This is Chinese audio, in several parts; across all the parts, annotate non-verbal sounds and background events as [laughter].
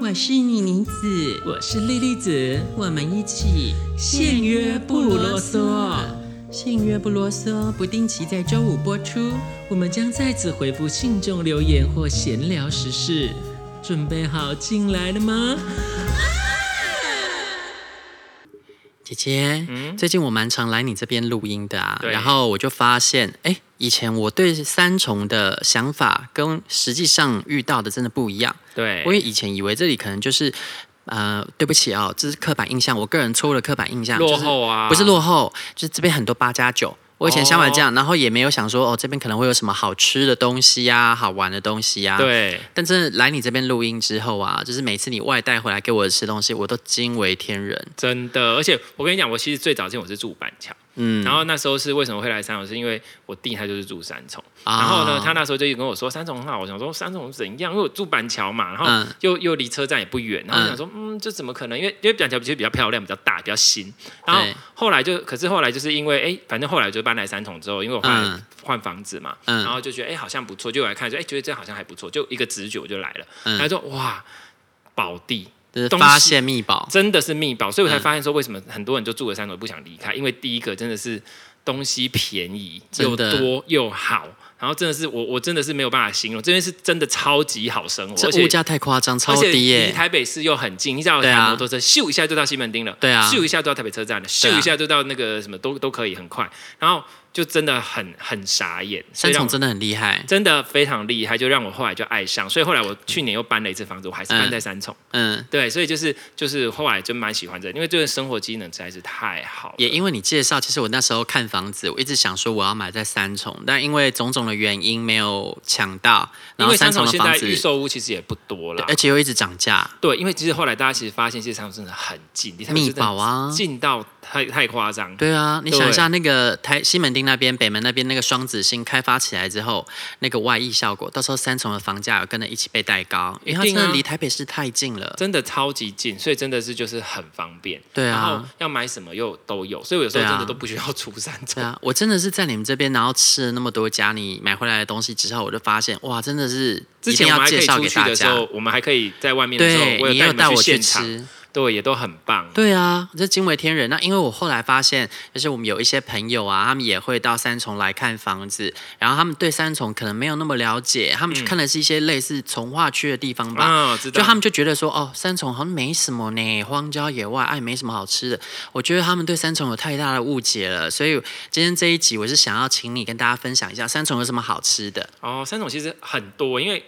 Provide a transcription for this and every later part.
我是妮妮子，我是莉莉子，我们一起限约不啰嗦。信约不啰嗦，不定期在周五播出。我们将在此回复信众留言或闲聊时事。准备好进来了吗？姐姐，嗯最近我蛮常来你这边录音的啊，对然后我就发现，哎，以前我对三重的想法跟实际上遇到的真的不一样。对我也以前以为这里可能就是，呃，对不起啊、这是刻板印象，我个人错误了刻板印象，落后啊就是、不是落后，就是这边很多八加九。我以前想法哦这样，然后也没有想说哦，这边可能会有什么好吃的东西呀、好玩的东西呀、。对，但真的来你这边录音之后啊，就是每次你外带回来给我吃东西，我都惊为天人。真的。而且我跟你讲，我其实最早之前我是住板桥，嗯，然后那时候是为什么会来三重，是因为我弟他就是住三重，啊然后呢，他那时候就一直跟我说三重很好，我想说三重怎样，因为我住板桥嘛，然后嗯又、又离车站也不远，然后我想说嗯，这怎么可能？因为因为板桥其实比较漂亮，比较大，比较新。然后对后来就，可是后来就是因为哎，反正后来就搬来三重之后，因为我后来嗯换房子嘛，嗯然后就觉得哎好像不错，就来看说哎觉得这好像还不错，就一个直觉我就来了，嗯他说哇宝地。就是东发西现密宝，真的是密宝，所以嗯我才发现说为什么很多人就住了三楼不想离开，因为第一个真的是东西便宜真又的多又好，然后真的是我我真的是没有办法形容，这边是真的超级好生活，这而且物价太夸张，超而且低离耶、台北市又很近，你只要对搭啊摩托车，咻一下就到西门町了，对啊咻一下就到台北车站了，对咻啊一下就到那个什么都都可以，很快，然后就真的很很傻眼，所三以让重我真的很厉害。真的非常厉害，就让我后来就爱上，所以后来我去年又搬了一次房子，我还是搬嗯在三重。嗯，对，所以就是就是后来就蛮喜欢这个，因为这个生活机能实在是太好了。也因为你介绍，其实我那时候看房子，我一直想说我要买在三重，但因为种种的原因没有抢到，然因后为三重重的现房在子预，售啊屋其实也不多了对。而且又一直涨价。对，因为其实后来大家其实发现，其实三重真的很近，离台北密市真的保啊近到太太夸张。对啊，你想对一下那个台西门町那边、北门那边那个双子星开发起来之后，那个外溢效果，到时候三重的房价有跟着一起被带高，因为它一定真啊的离台北市太近了。真的超级近，所以真的是就是很方便。对然后啊，要买什么又都有，所以我有时候对啊真的都不需要出三重。对啊，我真的是在你们这边，然后吃了那么多家你买回来的东西之后，我就发现哇，真的是 [laughs] 之一前定我要们还可介以绍出给去大的时家候。，我们还可以在外面的时候，对，我你有有带你我们去现场，吃，对，也都很棒。对啊，这惊为天人。那因为我后来发现，就是我们有一些朋友啊，他们也会到三重来看房子，然后他们对三重可能没有那么了解，他们去看的是一些类似从化区的地方吧。嗯啊，知道。就他们就觉得说，哦，三重好像没什么呢，荒郊野外，哎，没什么好吃的。我觉得他们对三重有太大的误解了，所以今天这一集我是想要请你跟大家分享一下三重有什么好吃的，哦，三重其实很多，因为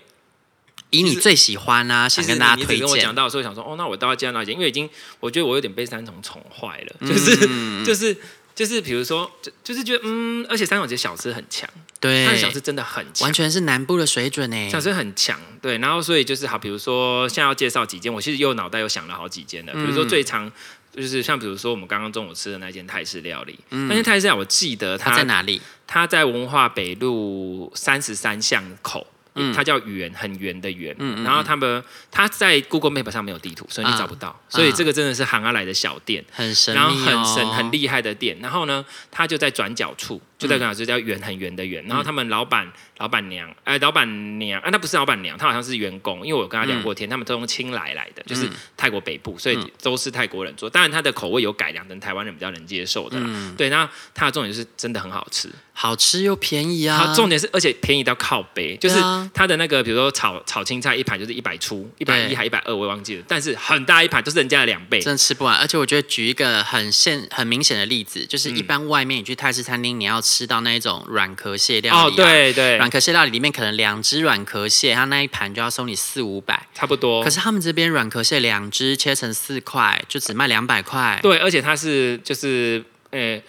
以你其实最喜欢啊，其想实跟大家你一直推跟我荐讲。到的时候，想说哦，那我到底要哪里？因为已经我觉得我有点被三重宠坏了，嗯就是、就是就是，比如说就就是觉得嗯，而且三重其实小吃很强，对它的，小吃真的很强完。全是南部的水准呢。小吃很强，对，然后所以就是好，比如说现在要介绍几间，我其实又脑袋又想了好几间的，比如嗯说最常就是像比如说我们刚刚中午吃的那间泰式料理，那间泰式料理我记得嗯它它在哪里？它在文化北路三十三巷口。嗯它叫圆，很圆的圆。然后他们，它在 Google Map 上没有地图，所以你找不到。所以这个真的是行啊阿来的小店，很啊神秘、然哦，后很神很厉害的店。然后呢，它就在转角处，就在转角处叫圆很圆的圆。嗯然后他们老板、老板娘，哎、老板娘啊，那不是老板娘，她好像是员工，因为我跟她聊过嗯天，他们都用青来来的，就是泰国北部，所以都是泰国人做。当然，它的口味有改良成台湾人比较能接受的啦。嗯对，那它的重点就是真的很好吃。好吃又便宜啊！它重点是，而且便宜到靠背，就是对啊它的那个，比如说炒炒青菜一盘就是一百出，一百一对还一百二，我也忘记了，但是很大一盘，就是人家的两倍。真的吃不完，而且我觉得举一个很现很明显的例子，就是嗯一般外面你去泰式餐厅，你要吃到那一种软壳蟹料理、啊，哦，，对对，软壳蟹料理里面可能两只软壳蟹，它那一盘就要收你四五百，差不多可。是他们这边软壳蟹两只切成四块，就只卖两百块，对，而且它是就是呃，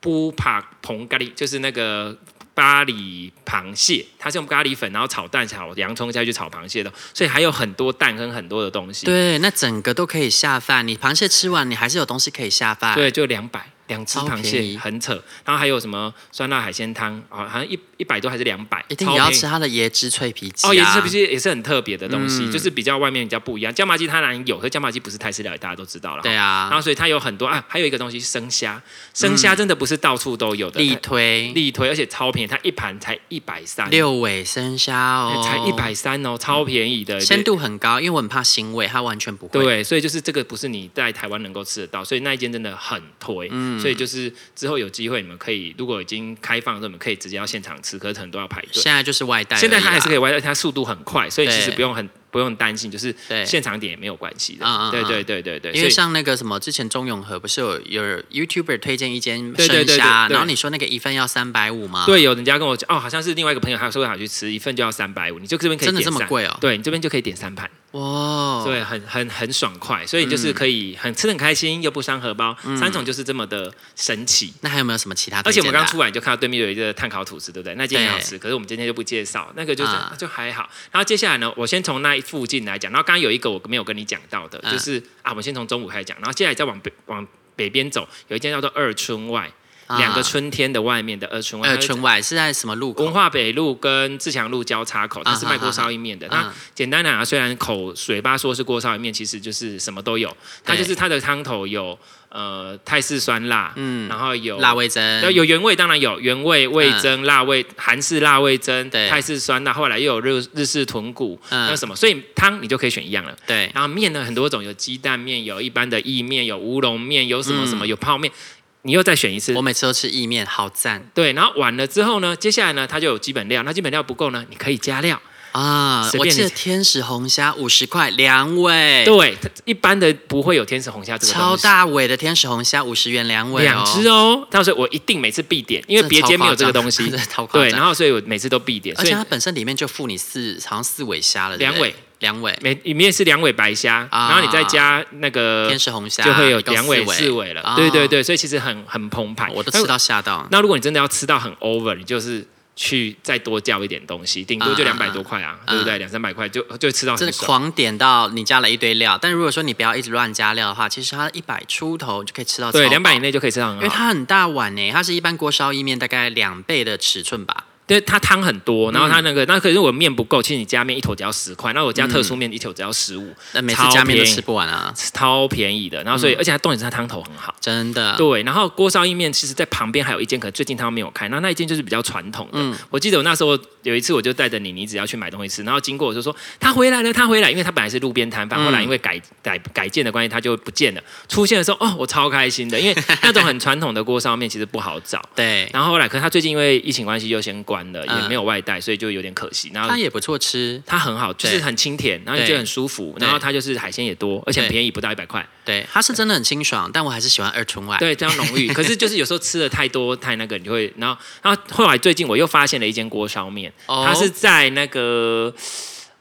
布帕蓬咖喱，就是那个巴黎螃蟹，它是用咖喱粉，然后炒蛋、炒洋葱下去炒螃蟹的，所以还有很多蛋跟很多的东西。对，那整个都可以下饭，你螃蟹吃完，你还是有东西可以下饭，对，就两百。两只超螃便宜蟹很扯，然后还有什么酸辣海鲜汤啊，好像一一百多还是两百，一定超也要便宜吃它的椰汁脆皮鸡、啊、哦，也是不是也是很特别的东西，嗯就是比较外面比较不一样。椒麻鸡它当然有，可是椒麻鸡不是泰式料理，大家都知道了。对哈啊嗯然，后所以它有很多啊，还有一个东西是生虾，生虾真的不是到处都有的，力它推力推，而且超便宜，它一盘才一百三，哎六尾生虾哦，才一，百三哦，超便宜的。鲜度很高，因为我很怕腥味，它完全不会。对，所以就是这个不是你在台湾能够吃得到，所以那一间真的很推。嗯所以就是之后有机会你们可以，如果已经开放的时候，你们可以直接到现场吃，可是很多要排队。现在就是外带而已啦，啊现在它还是可以外带，它速度很快，所以其实对不用很不用担心，就是对现场点也没有关系的嗯嗯。对嗯对对对对，因为所以像那个什么，之前钟永和不是有有 YouTuber 推荐一间对对生对虾，对对然后你说那个一份要三百五吗？，对有人家跟我讲哦，好像是另外一个朋友，他说想去吃一份就要三百五，你就这边可以真的点这么三贵哦哦对你这边就可以点三盘，哇，对，很很很爽快，所以嗯就是可以很吃的很开心，又不伤荷包，三种就是这么的神奇。那还有没有什么其他而推且荐我的啊？们刚出来你就看到对面有一个碳烤吐司，对不对？那间很好对吃，可是我们今天就不介绍，那个就是、啊就还好。然后接下来呢，我先从那一附近来讲，然后刚刚有一个我没有跟你讲到的，嗯就是啊，我们先从中午开始讲，然后接下来再往北往北边走，有一间叫做二春外，啊两个春天的外面的二春外，呃它是纯外是在什么路文口？化北路跟自强路交叉口，它是卖锅烧意面的。啊哈哈那简单讲啊，虽然口水巴说是锅烧意面，其实就是什么都有。它就是它的汤头有呃泰式酸辣，嗯，然后有辣味增那，有原味，当然有原味味增、辣味、韩式辣味增、嗯对泰式酸辣，后来又有日日式豚骨，嗯还有什么？所以汤你就可以选一样了。 [laughs] 对，然后面呢，很多种，有鸡蛋面，有一般的意面，有乌龙面，有什么什么，有泡面，你又再选一次嗯我。每次都吃意面，好赞对，然后完了之后呢，接下来呢，它就有基本料。那基本料不够呢，你可以加料。啊！随我便记得你天使红虾五十块两尾，对，它一般的不会有天使红虾这个超东西。大尾的天使红虾五十元两尾、哦，两只哦，到时候我一定每次必点，因为这别超间没有夸这个张东西这。 [laughs] 超夸对，然张。后所以我每次都必点，而所以且它本身里面就附你四，好像四尾虾了，对不两尾对，两尾每里面是两尾白虾，啊然后你再加那个天使红虾就会有一共两尾、四四尾了啊。对对对，所以其实很很澎湃。我都吃到吓到。那。那如果你真的要吃到很 over，你就是去再多叫一点东西，顶多就啊啊两百多块啊，啊对不对？两三百块就就吃到真很的爽。狂点到你加了一堆料，但如果说你不要一直乱加料的话，其实它一百出头就可以吃到对，超饱两百以，内就可以吃到因很为好。它很大碗呢，它是一般锅烧意面大概两倍的尺寸吧。对，它汤很嗯多，然后它那个，那可是我面不够，其实你加面一头只要十块，那我加特殊面一头只要十五，那每次超加面都便宜吃不完啊，超便宜的。然后嗯所以，而且它重点是它汤头很好。真的。对，然后锅烧意面其实在旁边还有一间，可能最近他们没有开，那那一间就是比较传统的。嗯我记得我那时候有一次，我就带着妮妮只要去买东西吃，然后经过我就说他回来了，他回来，因为他本来是路边摊贩，后来因嗯为改改改建的关系，他就不见了。出现的时候，哦，我超开心的，因为那种很传统的锅烧面其实不好找。对，然后后来，可是他最近因为疫情关系又先关了，嗯也没有外带，所以就有点可惜。然后它也不错吃。它很好，就是对很清甜，然后你对就很舒服，对然后它就是海鲜也多，而且很便宜，不到一百块。对，它是真的很清爽，但我还是喜欢二重外。对，这样 [laughs] 浓郁。可是就是有时候吃的太多太那个，你就会，然后，然后后来最近我又发现了一间锅烧面，哦它是在那个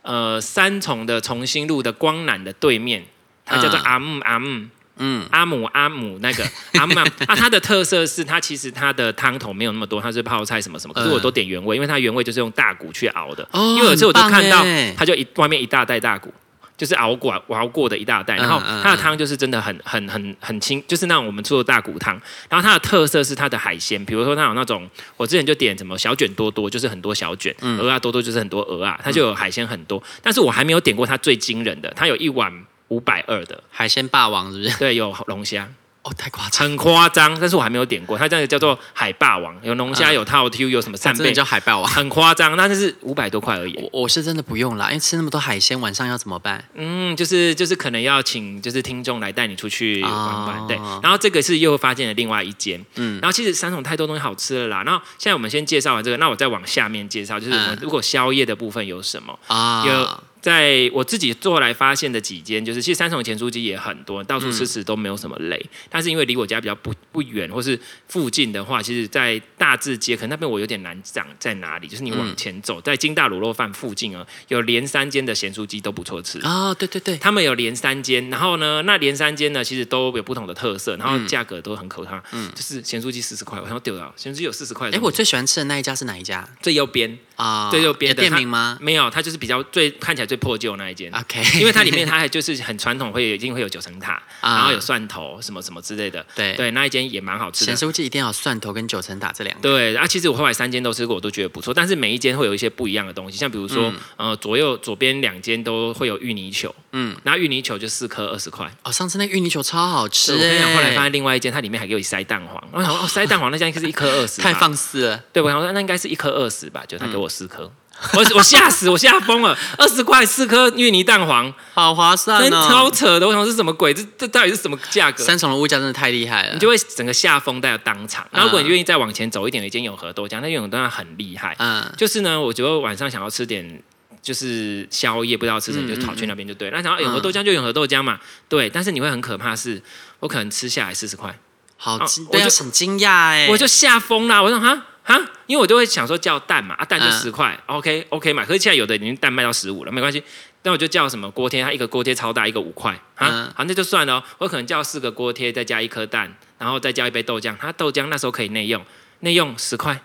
呃三重的重新路的光南的对面，它叫嗯做阿木阿木。嗯嗯，阿姆阿姆那 [laughs] 个阿姆阿姆，啊，它的特色是它其实它的汤头没有那么多，它是泡菜什么什么，可是嗯我都点原味，因为它原味就是用大骨去熬的。哦因为有时候我就很棒欸看到耶它就一外面一大袋大骨，就是熬过熬过的一大袋，嗯然后嗯它的嗯汤就是真的很很很很清，就是那种我们做的大骨汤。然后它的特色是它的海鲜，比如说它有那种我之前就点什么小卷多多，就是很多小卷，嗯鹅啊多多就是很多鹅啊，它就有海鲜很多。但是我还没有点过它最惊人的，它有一碗五百二的，海鲜霸王是不是？ [laughs] 对，有龙虾，哦，太夸张，很夸张，但是我还没有点过。它这个叫做海霸王，有龙嗯虾，啊有套 Q，有什么扇真的贝，叫海霸王。很夸张，那就是五百多块而已。我我是真的不用啦，因为吃那么多海鲜，晚上要怎么办？嗯，就是就是可能要请就是听众来带你出去玩玩，哦对。然后这个是又发现了另外一间，嗯。然后其实三重太多东西好吃了啦。然后现在我们先介绍完这个，那我再往下面介绍，就是我们嗯如果宵夜的部分有什么。啊，有在我自己做来发现的几间，就是其实三重前酥鸡也很多，嗯到处吃吃都没有什么累。但是因为离我家比较不不远，或是附近的话，其实，在大智街，可能那边我有点难讲在哪里。就是你嗯往前走，在金大卤肉饭附近啊，有连三间的咸酥鸡都不错吃。啊，对对对，他们有连三间，然后呢，那连三间呢，其实都有不同的特色，然后嗯价格都很可怕。嗯，就是咸酥鸡四十块，我想丢掉，咸酥鸡有四十块的哎，东西。我最喜欢吃的那一家是哪一家？最右边，啊，对，就有别的店它名吗啊没有，它就是比较最看起来最破旧那一间。 [laughs] ？OK，因为它里面它还就是很传统，会有一定会有九层塔，啊然后有蒜头什么什么之类的。对对，那一间也蛮好吃的咸。酥鸡一定要有蒜头跟九层塔这两个。对，啊，其实我后来三间都吃过，我都觉得不错，但是每一间会有一些不一样的东西，像比如说，呃，左右左边两间都会有芋泥球，嗯，那芋泥球就四颗二十块。哦，上次那个芋泥球超好吃我跟你讲，哎，后来发现另外一间，它里面还给我塞蛋黄，我想说哦，塞蛋黄那家应该是一颗二十，太放嗯肆了。对，我想说那应该是一颗二十吧，就他给我四颗，我 [laughs] 我吓死，我吓疯了，二十块四颗芋泥蛋黄，好划算真超哦！扯的，我想是什么鬼？这这到底是什么价格？三重的物价真的太厉害了，你就会整个吓疯在当场。那如果你嗯愿意再往前走一点，有一间永和豆浆，那永和豆浆很厉害，嗯就是呢，我觉得晚上想要吃点就是宵夜，不知道吃什么，嗯就跑去那边就对。那想要哎永和豆浆就永和豆浆嘛，对。但是你会很可怕是，我可能吃下来四十块，好啊惊，我对啊，就很惊讶哎，我就吓疯啦！我说哈哈，因为我就会想说叫蛋嘛，啊蛋就嗯十块、o k OK 嘛。可是现在有的已经蛋卖到十五了，没关系。那我就叫什么锅贴，它一个锅贴超大，一个五块啊，嗯好那就算了哦、我可能叫四个锅贴，再加一颗蛋，然后再加一杯豆浆。它豆浆那时候可以内用，内用十块，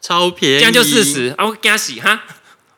超便宜，这样就四。十啊，我给他洗哈。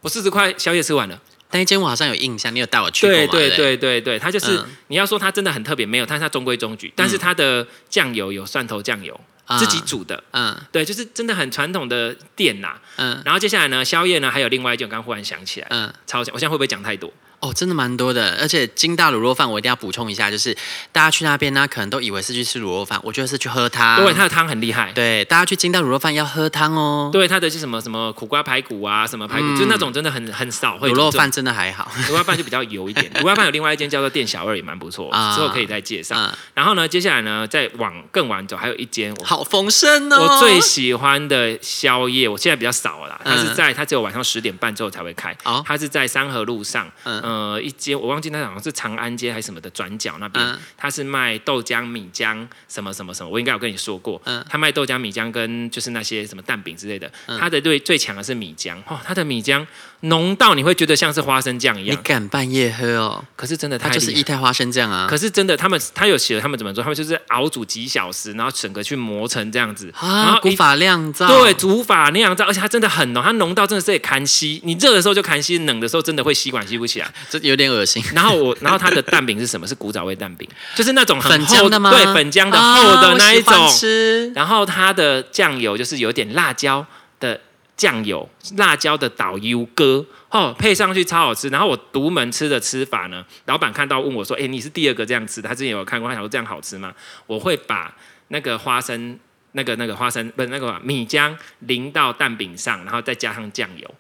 我四十块宵夜吃完了，那一间我好像有印象，你有带我去过对嘛？对不，对对对，它就是、嗯你要说它真的很特别，没有，但是它中规中矩，但是它的酱油有蒜头酱油，啊自己煮的，嗯对，就是真的很传统的店啦。嗯然后接下来呢，宵夜呢还有另外一件，我刚忽然想起来，嗯，超想，我现在会不会讲太多？哦，真的蛮多的。而且金大卤肉饭我一定要补充一下，就是大家去那边呢，可能都以为是去吃卤肉饭，我觉得是去喝汤因。为它的汤很厉害，对，大家去金大卤肉饭要喝汤哦。对，它的是什么什么苦瓜排骨啊，什么排骨，就是那种真的很很少会嗯卤有肉这种饭，真的还好。苦瓜饭就比较油 [laughs] 一点。苦瓜饭有另外一间叫做店小二，也蛮不错，啊之后可以再介绍。嗯，然后呢，接下来呢，再往更往走，还有一间 [laughs] 我。好丰盛哦。 [laughs] 我最喜欢的宵夜，我现在比较少了啦。它嗯是在它只有晚上十点半之后才会开哦，它是在三河路上，嗯呃，一街我忘记那好像是长安街还是什么的转角那边嗯，它是卖豆浆、米浆什么什么什么，我应该有跟你说过嗯，它卖豆浆、米浆跟就是那些什么蛋饼之类的。它的最最强的是米浆哦，它的米浆浓到你会觉得像是花生酱一你样，敢半夜喝哦？可是真的太它就是厉害液态花生酱啊。可是真的，他们他有写了他们怎么做，他们就是熬煮几小时，然后整个去磨成这样子，然啊，后古一法酿造。对，煮法那样子，而且它真的很浓，它浓到真的是堪吸。你热的时候就堪吸，冷的时候真的会吸管吸不起来。这有点恶心。然后我，然后它的蛋饼是什么？是古早味蛋饼，就是那种很粉厚浆的吗？对，粉浆的、啊厚的那一我种。喜欢吃然后它的酱油就是有点辣椒的酱油，辣椒的导游哥哦，配上去超好吃。然后我独门吃的吃法呢，老板看到问我说：“哎、你是第二个这样吃的？”他之前有看过，他想说这样好吃吗？我会把那个花生。那个那个花生不是那个米浆淋到蛋饼上，然后再加上酱油，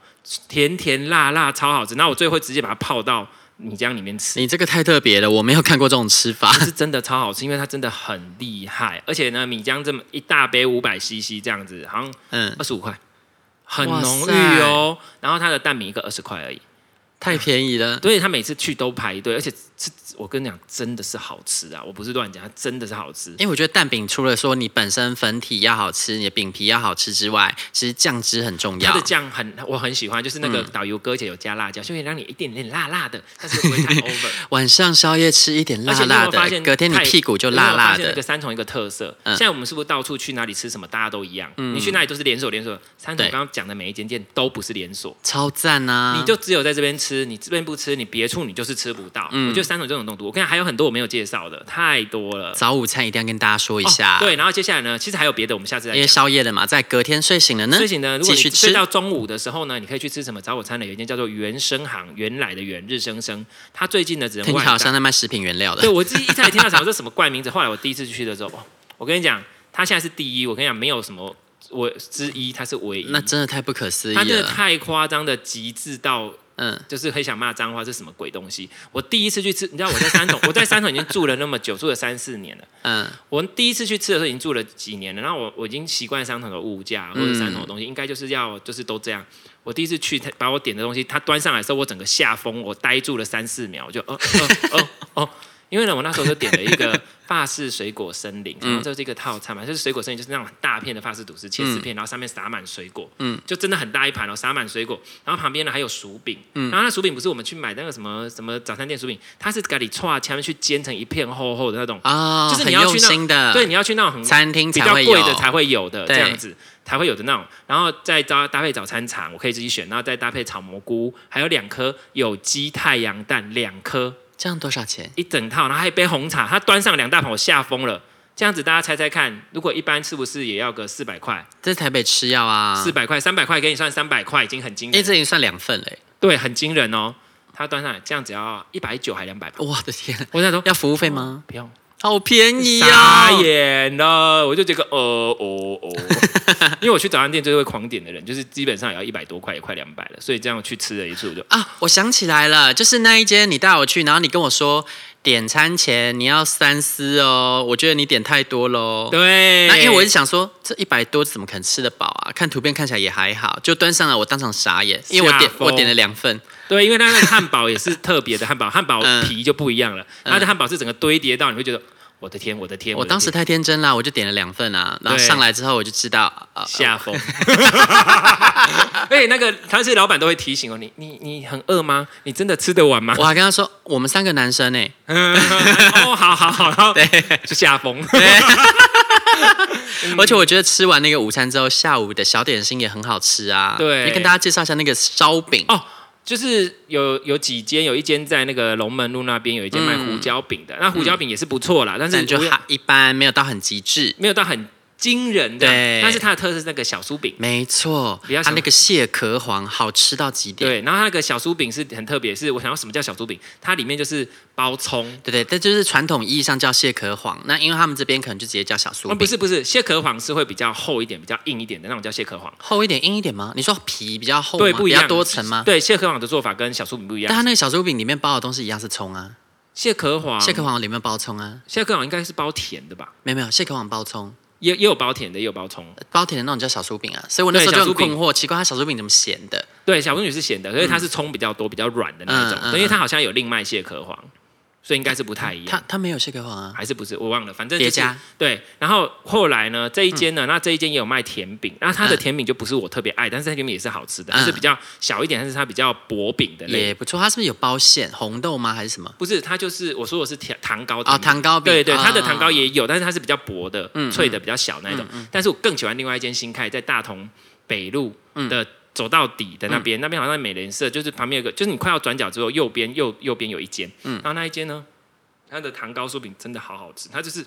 甜甜辣辣，超好吃。然后我最后会直接把它泡到米浆里面吃。你这个太特别了，我没有看过这种吃 [laughs] 法。是真的超好吃，因为它真的很厉害，而且呢，米浆这么一大杯五百 CC 这样子，好像嗯，二十五块，很哇浓塞郁哦。然后它的蛋饼一个二十块而已，太便宜了。所以他每次去都排队，而且是我跟你讲，真的是好吃啊！我不是乱讲，它真的是好吃。因为我觉得蛋饼除了说你本身粉体要好吃，你的饼皮要好吃之外，其实酱汁很重它要的。酱很，我很喜欢，就是那嗯个导游哥，而且有加辣椒，就会让你一点点辣辣的，但是又 [laughs] 不会太 over。晚上宵夜吃一点而辣且你有没辣有发的，现隔天你太屁股就辣辣你有没有发现一个的。三重一个特色，嗯现在我们是不是到处去哪里吃什么，大家都一样？你去哪里都是连锁连锁。三重对刚刚讲的每一间店都不是连锁，超赞啊！你就只有在这边吃，你这边不吃，你别处你就是吃不到。嗯我觉得三种这种东西，我跟你讲还有很多我没有介绍的，太多了。早午餐一定要跟大家说一哦下，，对，然后接下来呢，其实还有别的，我们下次再因为讲。宵夜了嘛，在隔天睡醒了呢，所以呢，如果继续你睡吃到中午的时候呢，你可以去吃什么早午餐的，有一间叫做原生行，原来的原日生生，它最近呢只能听起外来好带。像在卖食品原料对的。我自己一开始听到想说这什么怪名字，后来我第一次去的时候，哇我跟你讲，他现在是第一，我跟你讲没有什么我之一，他是唯一。那啊真的太不可思议他真的了。太夸张的极致到，嗯，就是很想骂脏话，这是什么鬼东西？我第一次去吃，你知道我在三重，我在三重已经住了那么久，住了三四年了。嗯，我第一次去吃的时候已经住了几年了，然后我我已经习惯三重的物价或者三重的东西，应该就是要就是都这样。我第一次去，他把我呃点的东西，他端上来的时候，我整个吓疯，我呆住了三四秒，我就哦哦哦哦，因为呢，我那时候就点了一个法式水果森林，然后就是一个套餐嘛，就是水果森林就是那种很大片的法式吐司切四片，然后上面撒满水果，嗯，就真的很大一盘哦，撒满水果，然后旁边呢还有薯饼，然后那薯饼不是我们去买那个什么什么早餐店薯饼，它是咖喱串前面去煎成一片厚厚的那种，啊，就是你很要用去那心种的，对，你要去那种很餐厅比才较会贵有的才会有的这对样子，才会有的那种。然后再搭搭配早餐场，我可以自己选，然后再搭配炒蘑菇，还有两颗有机太阳蛋，两颗这样多少钱？一整套，然后还有一杯红茶。他端上两大盘，我吓疯了。这样子大家猜猜看，如果一般是不是也要个四百块、这是台北吃药啊，四百块、三百块？给你算三百块，已经很惊哎，人这了，已经算两份嘞，对，很惊人哦。他端上来这样只要一百九还两百吧，我的天，我想说要服务费吗？不用。好便宜哦傻呀！眼了，我就觉得呃哦 [laughs] 哦，因为我去早餐店就是会狂点的人，就是基本上也要一百多块，也快两百了，所以这样去吃了一次，我就啊，我想起来了，就是那一间你带我去，然后你跟我说点餐前你要三思哦，我觉得你点太多喽。对，那因为我一直想说，这一百多怎么可能吃得饱啊？看图片看起来也还好，就端上来我当场傻眼，因为我点吓疯我点了两份，对，因为那个汉堡也是特别的汉堡，汉堡皮就不 [laughs] 一样了，它的汉堡是整个堆叠到，你会觉得我的天，我的天，嗯我的当时天太天真啦，我就点了两份啊，然后对上来之后我就知道，呃，吓 [laughs] 疯，而且那个他是老板都会提醒哦，你你你很饿吗？你真的吃得完吗？我还跟他说我们三个男生呢， [laughs] 哦，好好好，然 [laughs] 后就吓疯，而且我觉得吃完那个午餐之后，下午的小点心也很好吃啊。对你跟大家介绍一下那个烧饼哦，就是有有几间，有一间在那个龙门路那边有一间卖胡椒饼嗯的，那胡椒饼也是不错啦，但是但就不用还一般，没有到很极致。没有到很惊人的对，但是它的特色是那个小酥饼。没错比较，它像那个蟹壳黄好吃到极点。对，然后它那个小酥饼是很特别，是我想要什么叫小酥饼？它里面就是包葱，对对，这就是传统意义上叫蟹壳黄。那因为他们这边可能就直接叫小酥哦饼，不是不是，蟹壳黄是会比较厚一点、比较硬一点的那种叫蟹壳黄，厚一点、硬一点吗？你说皮比较厚吗？对，不一比样，较多层吗？。对，蟹壳黄的做法跟小酥饼不一但它样。那个小酥饼里面包的东西一样是葱啊，蟹壳黄，蟹壳黄里面包葱啊，蟹壳黄应该是包甜的吧？没有没有，蟹壳黄包葱，也也有包甜的，也有包葱。包甜的那种叫小酥饼啊。所以我那时候对就很小酥困饼惑，奇怪它小酥饼怎么咸的？对，小公主是咸的，可是它是葱比较多、比较软的那一种，嗯嗯嗯嗯因为它好像有另卖蟹壳黄，所以应该是不太一它样。它没有蟹壳黄啊。还是不是我忘了，反正就叠是加嗯对。然后后来呢，这一间呢，那这一间也有卖甜饼，那它的甜饼就不是我特别爱，但是它甜饼也是好吃的，嗯它是比较小一点，但是它比较薄饼的类。也不错。它是不是有包馅红豆吗？还是什么？不是，它就是我说我是甜糖糕哦，甜饼糖糕饼。对对，啊嗯它的糖糕也有，但是它是比较薄的、脆的、比较小那一种。但是我更喜欢另外一间新开在大同北路嗯的走到底的那边，那边好像美联社，就是旁边有个，就是你快要转角之后，右边右右边有一间，嗯然后那一间呢，它的糖糕酥饼真的好好吃，它就是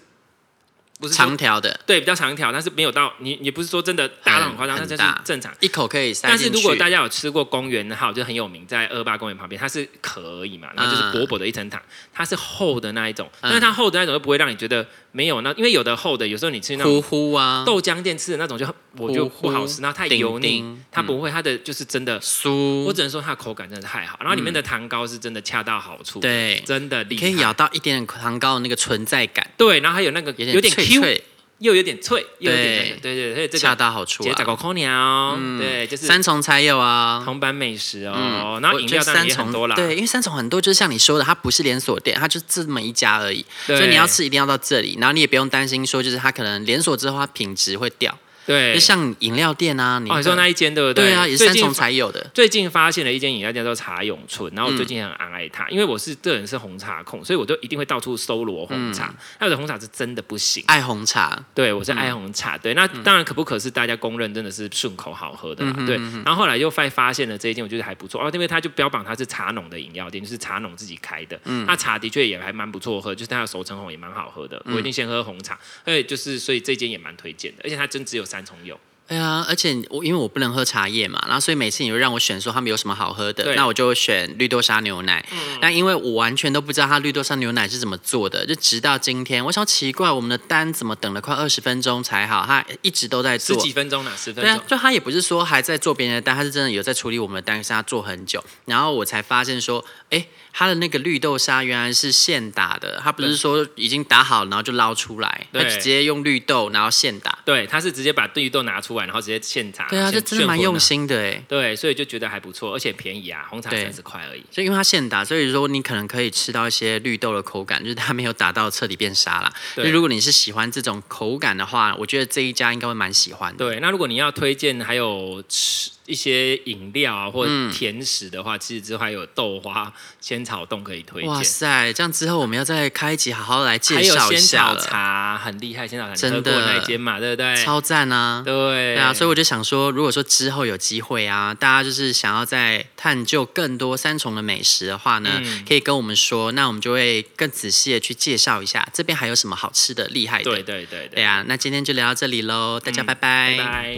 不是说长条的，对比较长一条，但是没有到你也不是说真的大到很夸张，很很它就是大正常。一口可以塞但进是去。如果大家有吃过公园号，就很有名，在二八公园旁边，它是壳而已嗯嘛，然后就是薄薄的一层糖，它是厚的那一种，但是它厚的那种又不会让你觉得没有那，因为有的厚的，有时候你吃那呼种呼啊，豆浆店吃的那种就很我就不好吃，然后太油丁腻丁，嗯它不会，它的就是真的，酥，我只能说它的口感真的太好，然后里面的糖糕是真的恰到好处，，嗯对，真的厉可以害，咬到一点点糖糕的那个存在感，对，然后还有那个有有点脆 Q，脆，又有点脆，又有点那个对对对对，所以这恰个到好处姐啊嗯找。个空鸟，对，就是三重才有啊。铜板美食哦嗯，然后我饮觉料得当然三也很重多啦，对，因为三重很多，就是像你说的，它不是连锁店，它就这么一家而已，对所以你要吃一定要到这里，然后你也不用担心说，就是它可能连锁之后它品质会掉，对，就像饮料店啊，你哦，你说那一间对不对啊，也是最三近重才有的，最近发现了一间饮料店叫做茶永春，然后我最近很爱它，嗯因为我是个人是红茶控，所以我就一定会到处搜罗红嗯茶。它的红茶是真的不行，爱红茶，对我是爱红茶。对，那嗯当然可不可是大家公认真的是顺口好喝的啦。对，嗯然后后来又发发现了这一间，我觉得还不错哦，因为它就标榜它是茶农的饮料店，就是茶农自己开的。嗯那茶的确也还蛮不错喝，就是它的熟成红也蛮好喝的。嗯我一定先喝红茶，而且就是所以这间也蛮推荐的，而且它真只有三重有。对啊，而且我因为我不能喝茶叶嘛，然后所以每次你就让我选说他们有什么好喝的，对嗯那我就选绿豆沙牛奶。那因为我完全都不知道它绿豆沙牛奶是怎么做的，就直到今天，我想奇怪我们的单怎么等了快二十分钟才好，它一直都在十做。几分钟呢，十分对钟。啊，就他也不是说还在做别人的单，他是真的有在处理我们的单，是他做很久，然后我才发现说，哎，它的那个绿豆沙原来是现打的，它不是说已经打好然后就捞出来，它对就直接用绿豆然后现打。对，他是直接把绿豆拿出来，然后直接现炸。对啊，现这真的蛮现用混啊。心的哎。对，所以就觉得还不错，而且便宜啊，红茶对三十块而已。所以因为它现打，所以说你可能可以吃到一些绿豆的口感，就是它没有打到彻底变沙啦。对那如果你是喜欢这种口感的话，我觉得这一家应该会蛮喜欢的。对，那如果你要推荐还有吃一些饮料啊或嗯甜食的话，其实之后还有豆花、仙草冻可以推哇荐。塞，这样之后我们要再开一集好好来还介有绍一仙下草了，茶很厉害，仙草茶你真喝的过那一间嘛，对不对？超赞啊！对对啊，所以我就想说，如果说之后有机会啊，大家就是想要再探究更多三重的美食的话呢，嗯可以跟我们说，那我们就会更仔细的去介绍一下这边还有什么好吃的、厉害的。对对对对对，啊，那今天就聊到这里喽，大家嗯拜拜。拜拜。